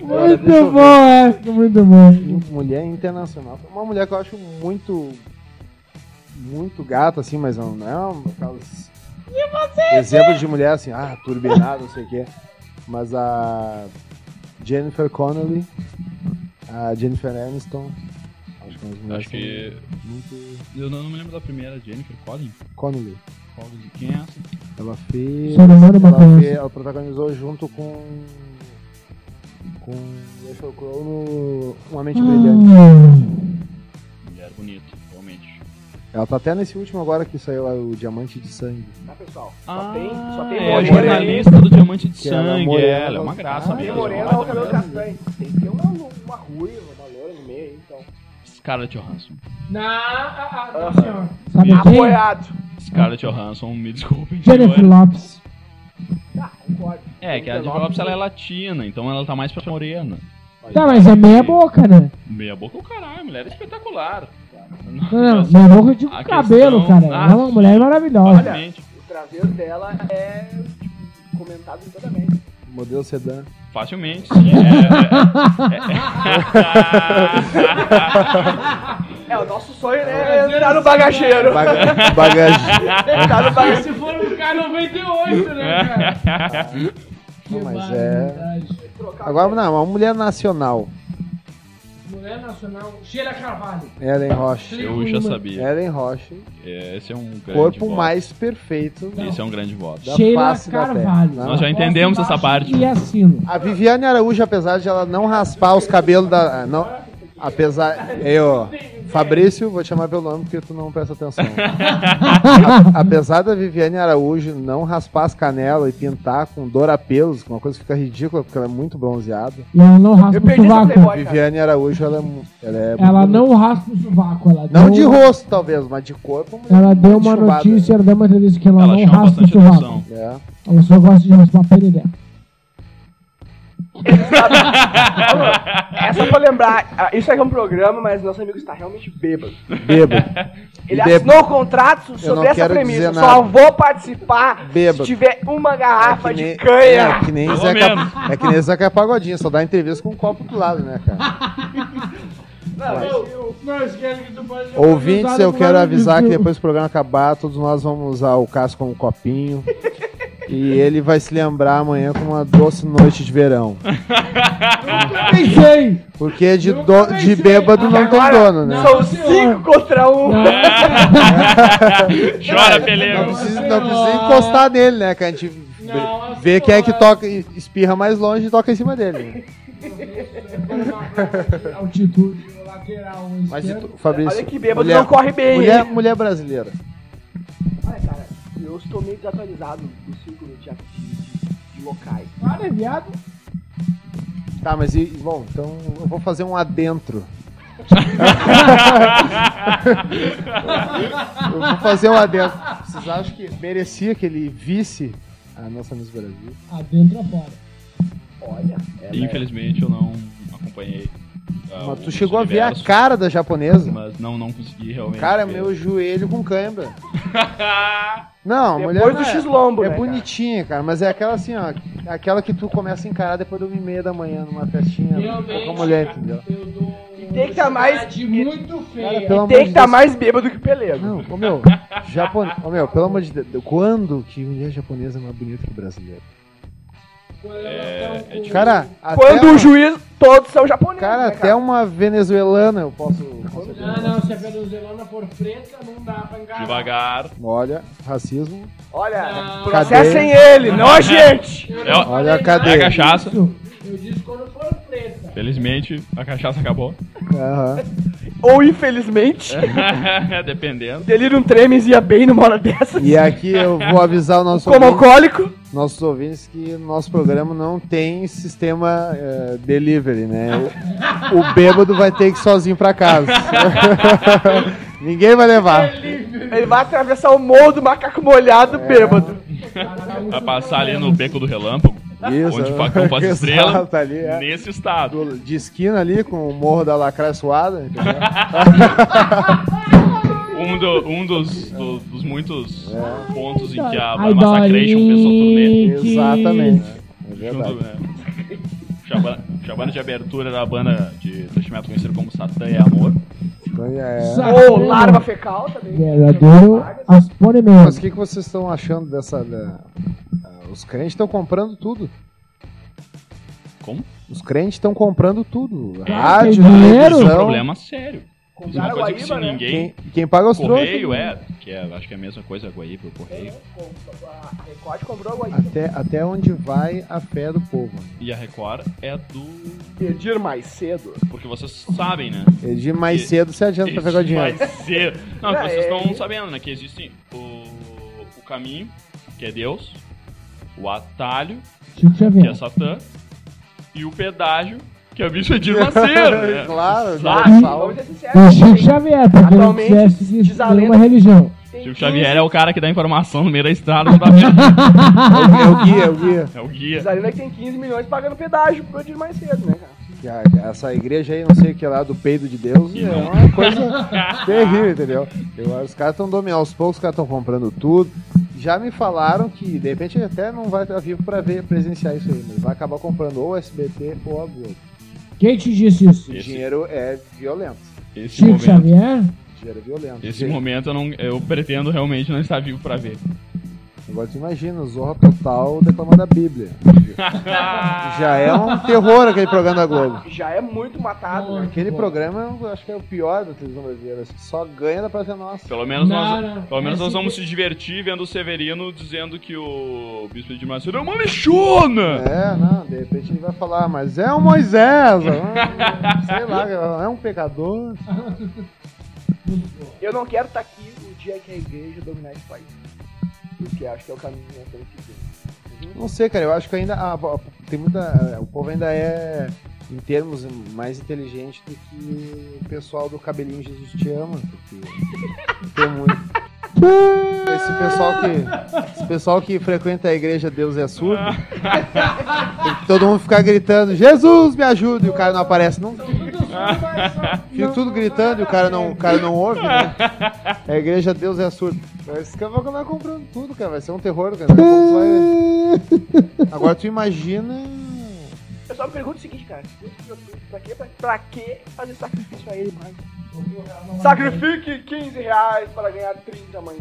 Speaker 3: eu
Speaker 4: muito
Speaker 3: ver.
Speaker 4: bom essa, muito bom.
Speaker 3: Mulher internacional. Uma mulher que eu acho muito. Muito gata, assim, mas não, não é uma- aquelas. Exemplo de mulher, assim, ah, turbinada, não sei o quê. Mas a. Jennifer Connelly, a Jennifer Aniston. Acho que, umas mulheres
Speaker 2: Acho que.
Speaker 3: são Muito.
Speaker 2: Eu não me lembro da primeira, Jennifer Collins.
Speaker 3: Connelly.
Speaker 2: Collins, quem é essa?
Speaker 3: Ela fez.
Speaker 4: Ser humano
Speaker 3: Ela,
Speaker 4: bacana.
Speaker 3: fez- ela protagonizou junto com. Com. Russell Crowe no Uma Mente Brilhante.
Speaker 4: Ah,
Speaker 2: Mulher bonita, realmente.
Speaker 3: Ela tá até nesse último agora que saiu ah, o Diamante de Sangue.
Speaker 1: Tá, pessoal? Só tem, só tem
Speaker 2: é,
Speaker 3: morena.
Speaker 2: jornalista do Diamante de
Speaker 3: Que ela é
Speaker 2: Sangue.
Speaker 3: morena,
Speaker 2: é, ela é uma
Speaker 3: não-
Speaker 2: graça
Speaker 3: Ah,
Speaker 1: Tem
Speaker 2: mesmo.
Speaker 1: morena
Speaker 2: ela
Speaker 1: ou cabelo
Speaker 2: também.
Speaker 1: castanho. Tem que ter uma, uma ruiva, uma loira no meio aí, então.
Speaker 2: Scarlett Johansson.
Speaker 4: ah, ah,
Speaker 1: Aham.
Speaker 4: senhor. Sabe quem?
Speaker 1: Apoiado.
Speaker 2: Scarlett Johansson, me desculpem.
Speaker 4: Jennifer
Speaker 2: senhor.
Speaker 4: Lopes.
Speaker 1: Tá, concordo.
Speaker 2: É, que a Jennifer Lopes ela é latina, então ela tá mais pra morena.
Speaker 4: Tá, mas é meia boca, né?
Speaker 2: Meia boca é o caralho, a mulher é espetacular.
Speaker 4: Não, não, meia boca eu digo
Speaker 2: A
Speaker 4: cabelo,
Speaker 2: questão-
Speaker 4: cara.
Speaker 2: Ah,
Speaker 4: Ela é uma mulher maravilhosa.
Speaker 2: Facilmente,
Speaker 1: O traseiro dela é tipo, comentado em toda a média.
Speaker 3: Modelo sedã.
Speaker 2: facilmente. sim, é,
Speaker 1: É, o nosso sonho né, é entrar no bagageiro.
Speaker 3: Baga bagagem.
Speaker 1: Entrar no bagageiro.
Speaker 4: Se for um K98, né, cara?
Speaker 3: Não, mas é. Agora não, é uma mulher nacional.
Speaker 4: Mulher nacional, Sheila Carvalho.
Speaker 3: Ellen Roche.
Speaker 2: Eu já sabia.
Speaker 3: Ellen Roche.
Speaker 2: Esse é um grande
Speaker 3: Corpo
Speaker 2: voto.
Speaker 3: mais perfeito.
Speaker 2: Esse é um grande voto.
Speaker 3: Da
Speaker 4: Sheila
Speaker 3: face da
Speaker 4: Carvalho.
Speaker 3: terra.
Speaker 2: Nós já entendemos essa parte.
Speaker 4: E assino.
Speaker 3: A Viviane Araújo, apesar de ela não raspar os cabelos da. ah, Não, apesar. Eu. Fabrício, vou te chamar pelo nome porque tu não presta atenção. A- apesar da Viviane Araújo não raspar as canelas e pintar com dorapelos, que uma coisa que fica ridícula porque ela é muito bronzeada.
Speaker 4: E ela não raspa
Speaker 1: Eu
Speaker 4: o
Speaker 1: perdi essa
Speaker 4: sovaco.
Speaker 1: playboy, cara.
Speaker 3: Viviane Araújo, ela é. mu- Ela, é
Speaker 4: Ela
Speaker 3: muito-
Speaker 4: não raspa o sovaco. Ela
Speaker 3: Não de
Speaker 4: deu,
Speaker 3: rosto, talvez, mas de corpo. mulher
Speaker 4: Ela deu
Speaker 3: muito
Speaker 4: uma
Speaker 3: chumbada.
Speaker 4: notícia, ela deu uma entrevista que ela,
Speaker 2: Ela
Speaker 4: não
Speaker 2: chama
Speaker 4: raspa o
Speaker 2: bastante
Speaker 4: sovaco.
Speaker 2: atenção.
Speaker 3: É.
Speaker 4: Ela só gosta de raspar a perereca.
Speaker 1: Essa pra lembrar, ah, isso aqui é um programa, mas nosso amigo está realmente bêbado.
Speaker 3: Bêbado.
Speaker 1: Ele
Speaker 3: Bêbado.
Speaker 1: assinou o contrato sobre
Speaker 3: não
Speaker 1: essa
Speaker 3: quero
Speaker 1: premissa.
Speaker 3: dizer
Speaker 1: Só
Speaker 3: nada.
Speaker 1: vou participar
Speaker 3: Bêbado.
Speaker 1: se tiver uma garrafa
Speaker 3: É que nem-
Speaker 1: de canha.
Speaker 3: É que nem
Speaker 2: Pelo
Speaker 3: Zeca,
Speaker 2: menos.
Speaker 3: é que nem Zeca Pagodinho, só dá entrevista com um copo do lado, né, cara?
Speaker 4: Não, não esquece que tu pode jogar
Speaker 3: Ouvintes,
Speaker 4: cruzado
Speaker 3: eu
Speaker 4: pro
Speaker 3: quero
Speaker 4: lado de
Speaker 3: avisar que
Speaker 4: fora.
Speaker 3: depois que o programa acabar, todos nós vamos usar o Cássio como copinho. E ele vai se lembrar amanhã com uma doce noite de verão.
Speaker 4: Pensei!
Speaker 3: Porque de,
Speaker 4: Nunca
Speaker 3: do-
Speaker 4: pensei.
Speaker 3: de bêbado não tem
Speaker 1: Agora,
Speaker 3: dono, né?
Speaker 4: não,
Speaker 1: São
Speaker 4: senhor.
Speaker 1: cinco contra um.
Speaker 2: Chora,
Speaker 3: Não
Speaker 2: Pelego.
Speaker 3: precisa, não precisa encostar nele, né? Que a gente
Speaker 4: Não,
Speaker 3: vê
Speaker 4: assim,
Speaker 3: quem é que
Speaker 4: ó,
Speaker 3: toca, espirra mais longe e toca em cima dele.
Speaker 4: Altitude, o lateral, um
Speaker 3: Mas e
Speaker 4: esquerdo.
Speaker 3: tu, Fabrício.
Speaker 1: Olha que bêbado
Speaker 3: mulher-
Speaker 1: não corre bem.
Speaker 3: Mulher,
Speaker 1: hein?
Speaker 3: mulher brasileira.
Speaker 1: Olha, cara, eu estou meio desatualizado do círculo de, de, de locais.
Speaker 4: Para, viado.
Speaker 3: Tá, mas e. Bom, então eu vou fazer um adentro. eu vou fazer um adentro. Vocês acham que merecia que ele visse a nossa Miss Brasil?
Speaker 4: Adentro ou fora?
Speaker 1: Olha, é, né?
Speaker 2: Infelizmente eu não acompanhei. ah,
Speaker 3: Mas tu
Speaker 2: os
Speaker 3: chegou a ver a
Speaker 2: universos,
Speaker 3: cara da japonesa?
Speaker 2: Mas não, não consegui realmente.
Speaker 3: Cara,
Speaker 2: ver.
Speaker 3: meu joelho com cãibra. Não, a mulher.
Speaker 1: depois
Speaker 3: não
Speaker 1: do
Speaker 3: é-
Speaker 1: X-Lombo,
Speaker 3: É
Speaker 1: né,
Speaker 3: bonitinha, cara, mas é aquela assim, ó. Aquela que tu começa a encarar depois de uma e meia da manhã numa festinha com a mulher, entendeu?
Speaker 4: Eu dou.
Speaker 1: E tem que tá mais-
Speaker 4: De muito feia.
Speaker 3: pelo
Speaker 1: cara?
Speaker 3: amor
Speaker 1: Tem que
Speaker 3: de
Speaker 1: estar
Speaker 3: Deus.
Speaker 1: mais bêbado que o Pelego.
Speaker 3: Não, ô meu, Japon... ô meu, pelo amor de Deus, quando que mulher japonesa é mais bonita que brasileira?
Speaker 4: É,
Speaker 3: Cara, até
Speaker 1: Quando
Speaker 3: uma...
Speaker 1: o juiz, todos são japoneses.
Speaker 3: cara,
Speaker 1: né,
Speaker 3: até uma venezuelana eu posso. posso-
Speaker 4: Não, não, se a venezuelana for preta, não dá pra encarar.
Speaker 2: Devagar.
Speaker 3: Olha, racismo.
Speaker 1: Olha,
Speaker 4: Não.
Speaker 1: processem ele, não a gente.
Speaker 4: Eu
Speaker 2: É, ó,
Speaker 4: falei
Speaker 3: olha a
Speaker 4: nada
Speaker 2: É a
Speaker 3: cadeia.
Speaker 4: disso.
Speaker 2: cachaça.
Speaker 4: Eu disse quando for preta.
Speaker 2: Felizmente, a cachaça acabou.
Speaker 3: Aham.
Speaker 1: Ou infelizmente,
Speaker 3: É.
Speaker 2: Dependendo.
Speaker 1: Delirium Tremens ia bem numa hora dessa.
Speaker 3: E aqui eu vou avisar o nosso
Speaker 1: Como
Speaker 3: ouvinte-
Speaker 1: alcoólico.
Speaker 3: nossos ouvintes que nosso programa não tem sistema eh, delivery, né? O, o bêbado vai ter que ir sozinho pra casa. Ninguém vai levar.
Speaker 1: Ele vai atravessar o morro do macaco molhado
Speaker 3: É.
Speaker 1: bêbado.
Speaker 2: Pra passar ali no beco do relâmpago.
Speaker 3: Isso.
Speaker 2: Onde o facão faz
Speaker 3: Exato,
Speaker 2: estrela.
Speaker 3: ali, é.
Speaker 2: Nesse estado.
Speaker 3: do- de esquina ali com o morro da Lacraia suada, entendeu?
Speaker 2: Um, do- um dos, do- dos muitos
Speaker 3: É.
Speaker 2: pontos em que a
Speaker 4: Ai,
Speaker 2: Massacration fez sua turnê.
Speaker 3: Exatamente. É
Speaker 2: Junto,
Speaker 3: verdade.
Speaker 2: né? Chabana, Chabana de abertura era a banda de trash metal conhecida como Satã e Amor.
Speaker 3: Então, é...
Speaker 1: Ou larva fecal também.
Speaker 4: Verdadeiro asponemento.
Speaker 3: Mas o que, que vocês estão achando dessa. da- ah, Os crentes estão comprando tudo.
Speaker 2: Como?
Speaker 3: Os crentes estão comprando tudo.
Speaker 4: tem
Speaker 3: Rádio,
Speaker 4: dinheiro.
Speaker 2: Isso é um
Speaker 3: televisão.
Speaker 2: problema sério. Isso é uma coisa que se
Speaker 1: Guaíba, né?
Speaker 2: ninguém.
Speaker 3: Quem, quem paga os
Speaker 2: Correio
Speaker 3: trouxas.
Speaker 2: é, que é, acho que é a mesma coisa, Guaíba, o correio.
Speaker 1: A Record comprou a Guaíba.
Speaker 3: Até, até onde vai a fé do povo.
Speaker 2: E a Record é do.
Speaker 1: Pedir mais cedo.
Speaker 2: Porque vocês sabem, né?
Speaker 3: Ele diz, mais
Speaker 2: E-
Speaker 3: cedo se adianta pra pegar o
Speaker 2: Existe
Speaker 3: dinheiro.
Speaker 2: mais cedo. Não,
Speaker 1: É,
Speaker 2: que vocês
Speaker 1: é-
Speaker 2: estão sabendo, né? Que existe o, o caminho, que é Deus, o atalho,
Speaker 4: Chico Xavier.
Speaker 2: que é Satã, e o pedágio, que é o bicho Edir Macedo, né?
Speaker 3: Claro,
Speaker 2: Sabe?
Speaker 1: Vamos
Speaker 3: salve.
Speaker 1: ser
Speaker 4: O Chico
Speaker 1: sinceros.
Speaker 4: Xavier, porque ele não
Speaker 1: Atualmente,
Speaker 4: quisesse seguir
Speaker 1: diz a
Speaker 4: nenhuma
Speaker 1: lenda-
Speaker 4: religião.
Speaker 1: tem
Speaker 2: Chico
Speaker 1: 15
Speaker 2: Xavier é o cara que dá informação no meio da estrada, não tá vendo?
Speaker 3: É o guia, é o guia.
Speaker 2: É o guia.
Speaker 1: Diz a lenda que tem 15 milhões pagando pedágio pro Edir mais cedo, né, cara?
Speaker 3: Que a- Essa igreja aí, não sei o que lá, do peido de Deus,
Speaker 2: E
Speaker 3: é
Speaker 2: não.
Speaker 3: uma coisa terrível, entendeu? Eu, acho que os caras estão dominando, aos poucos os caras estão comprando tudo. Já me falaram que, de repente, até não vai estar vivo pra ver, presenciar isso aí, mas vai acabar comprando ou o SBT ou a Globo.
Speaker 4: Quem te disse isso?
Speaker 3: O
Speaker 2: Esse-
Speaker 3: dinheiro é violento.
Speaker 2: Esse
Speaker 4: Chico
Speaker 2: momento.
Speaker 4: Xavier?
Speaker 3: O dinheiro é violento.
Speaker 2: Esse
Speaker 3: Gente,
Speaker 2: momento eu, não, eu pretendo realmente não estar vivo pra ver.
Speaker 3: Agora tu imagina, o Zorra Total declamando a Bíblia. Já é um terror aquele programa da Globo.
Speaker 1: Já é muito matado, né?
Speaker 3: Aquele programa, eu acho que é o pior da televisão brasileira. acho que Só ganha da Praça Nossa.
Speaker 2: Pelo menos
Speaker 4: Não,
Speaker 2: nós,
Speaker 4: não.
Speaker 2: Pelo menos
Speaker 4: Esse-
Speaker 2: nós vamos se divertir vendo o Severino dizendo que o Bispo de Macedo é uma lixona!
Speaker 3: É, não, de repente ele vai falar, mas é um Moisés, ah, sei lá, é um pecador.
Speaker 1: Eu não quero estar aqui o dia que a igreja dominar esse país. Porque acho que é o caminho a ser seguido. Uhum.
Speaker 3: Não sei, cara, eu acho que ainda a- a- tem muita, o povo ainda é, em termos, mais inteligente do que o pessoal do cabelinho Jesus te ama, porque tem muito. Esse pessoal que, esse pessoal que frequenta a igreja Deus é surdo, tem que todo mundo ficar gritando, Jesus me ajuda, e o cara não aparece nunca. Fica tudo gritando e o cara não, o cara não ouve, né? A igreja Deus é surdo. Esse cara vai acabar comprando tudo, cara. Vai ser um terror, cara. Daqui a pouco vai- Agora tu imagina
Speaker 1: Eu só me pergunto o seguinte, cara. Pra que, pra, pra que fazer sacrifício a ele, mano? Sacrifique 15 reais para ganhar 30 amanhã.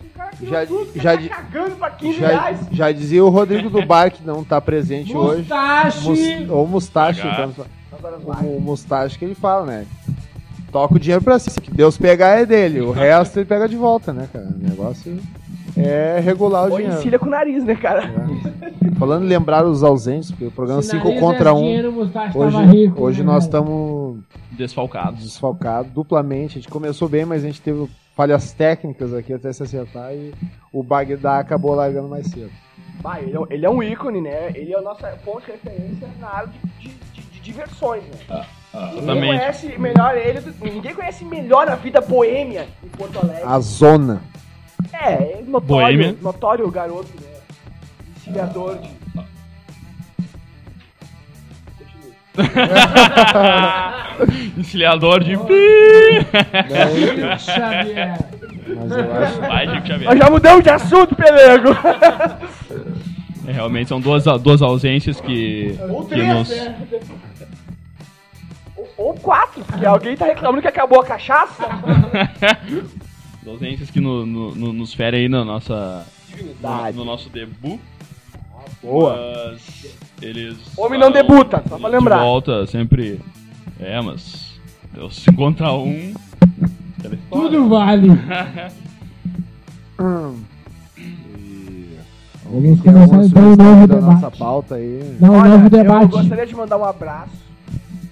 Speaker 1: O cara criou
Speaker 3: Já-
Speaker 1: tudo,
Speaker 3: já
Speaker 1: tá
Speaker 3: di-
Speaker 1: cagando pra 15
Speaker 3: Já,
Speaker 1: reais.
Speaker 3: já dizia o Rodrigo do Bar que não tá presente hoje. Mus-
Speaker 4: Mustache!
Speaker 3: ou Mustache,
Speaker 2: Pegar.
Speaker 3: então, o, o Mustache que ele fala, né? Toca o dinheiro pra si. Se Deus pegar é dele, o resto ele pega de volta, né, cara? O negócio é regular o
Speaker 1: Ou
Speaker 3: dinheiro. É.
Speaker 1: encilha com o nariz, né, cara?
Speaker 3: Falando em lembrar os ausentes, porque o programa 5 contra 1, um, hoje,
Speaker 4: né?
Speaker 3: hoje nós estamos
Speaker 2: Desfalcados.
Speaker 3: desfalcados duplamente. A gente começou bem, mas a gente teve falhas técnicas aqui até se acertar e o Bagdá acabou largando mais cedo.
Speaker 1: Vai, ele, é, um- ele é um ícone, né? Ele é a nossa ponto de referência na área de, de- de- de diversões, né? Ninguém
Speaker 2: Ah, Exatamente.
Speaker 1: conhece melhor ele, do- ninguém conhece melhor a vida boêmia em Porto Alegre.
Speaker 3: A zona.
Speaker 1: É, é notório,
Speaker 2: Ah. Boêmia. É.
Speaker 1: notório garoto, né? Instigador de. Continua.
Speaker 2: Encilhador de pi.
Speaker 4: Chico Xavier.
Speaker 3: Mas eu acho.
Speaker 2: Vai, Chico Xavier.
Speaker 1: Nós já mudamos de assunto, Pelego!
Speaker 2: É, realmente são duas, duas ausências que,
Speaker 4: Ou
Speaker 2: que
Speaker 4: três,
Speaker 2: nos.
Speaker 4: né?
Speaker 1: Ou- Ou quatro, porque alguém tá reclamando que acabou a cachaça.
Speaker 2: ausências que no- no- no- nos ferem aí na nossa. No, no nosso debut.
Speaker 3: Boa.
Speaker 2: Mas eles.
Speaker 1: Homem não
Speaker 2: estarão
Speaker 1: debuta, só pra
Speaker 2: de
Speaker 1: lembrar.
Speaker 2: volta sempre. É, mas. Deu 50 a 1.
Speaker 4: Tudo vale.
Speaker 3: E-
Speaker 4: Vamos
Speaker 3: Tem alguma
Speaker 4: começar então um
Speaker 3: sugestão
Speaker 4: novo
Speaker 3: da nossa
Speaker 4: debate.
Speaker 3: pauta aí.
Speaker 4: Dá um novo
Speaker 1: eu
Speaker 4: debate.
Speaker 1: gostaria de mandar um abraço,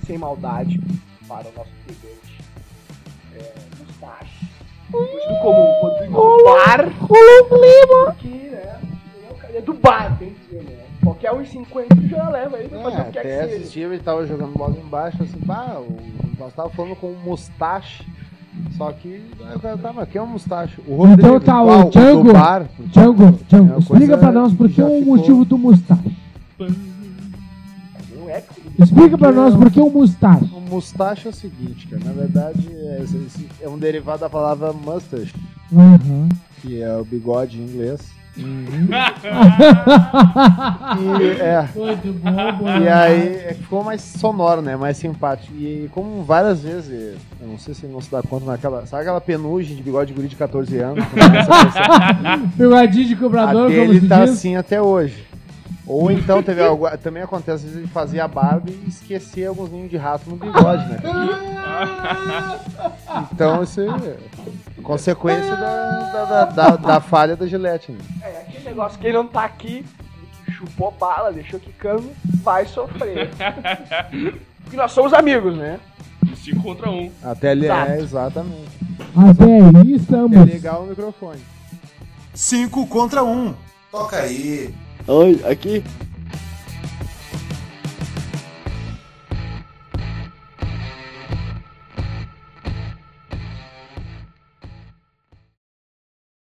Speaker 1: sem maldade, para o nosso presidente é, Mustache. Conhecido como Rodrigo Bar. Que, né? ele é o cara do bar, tem que dizer, né? Qualquer 1,50 já leva ele pra fazer o que quer
Speaker 3: É, até
Speaker 1: que seja.
Speaker 3: assistia, ele tava jogando bola embaixo, assim, pá, o- nós tava falando com o Mustache, só que aí o cara tá, mas quem é o Mustache? O Rodrigo,
Speaker 4: Então tá, o
Speaker 3: qual? do
Speaker 4: Django.
Speaker 3: bar?
Speaker 4: Django,
Speaker 3: É
Speaker 4: Django,
Speaker 3: uma
Speaker 4: explica
Speaker 3: coisa
Speaker 4: pra nós por
Speaker 3: que
Speaker 4: que
Speaker 3: já
Speaker 4: o
Speaker 3: ficou-
Speaker 4: motivo do Mustache.
Speaker 1: Não é que
Speaker 4: Explica pra nós por que o Mustache.
Speaker 3: O Mustache é o seguinte, cara, na verdade é, esse- esse- é um derivado da palavra mustache,
Speaker 4: Uhum.
Speaker 3: que é o bigode em inglês. E, é,
Speaker 4: Muito bom,
Speaker 3: E aí é que ficou mais sonoro, né? Mais simpático. E como várias vezes, eu não sei se ele não se dá conta naquela. Sabe aquela penugem de bigode de guri de 14 anos? Quando começa a crescer?
Speaker 4: Pegadinho um de
Speaker 3: a
Speaker 4: cobrador, como
Speaker 3: dele
Speaker 4: se
Speaker 3: tá
Speaker 4: diz.
Speaker 3: assim até hoje. Ou então teve algo. Também acontece, às vezes ele fazia a barba e esquecia alguns ninhos de rato no bigode, né? Então isso é consequência da, da, da, da- da falha da Gillette, né?
Speaker 1: É aquele negócio, quem não tá aqui, chupou bala, deixou quicando, vai sofrer. Porque nós somos amigos, né?
Speaker 2: 5 contra 1.
Speaker 3: Até ele
Speaker 1: Exato.
Speaker 3: é, exatamente.
Speaker 4: Até aí
Speaker 3: É
Speaker 4: estamos.
Speaker 3: legal o microfone.
Speaker 6: 5 contra 1. Toca aí.
Speaker 7: Oi, aqui?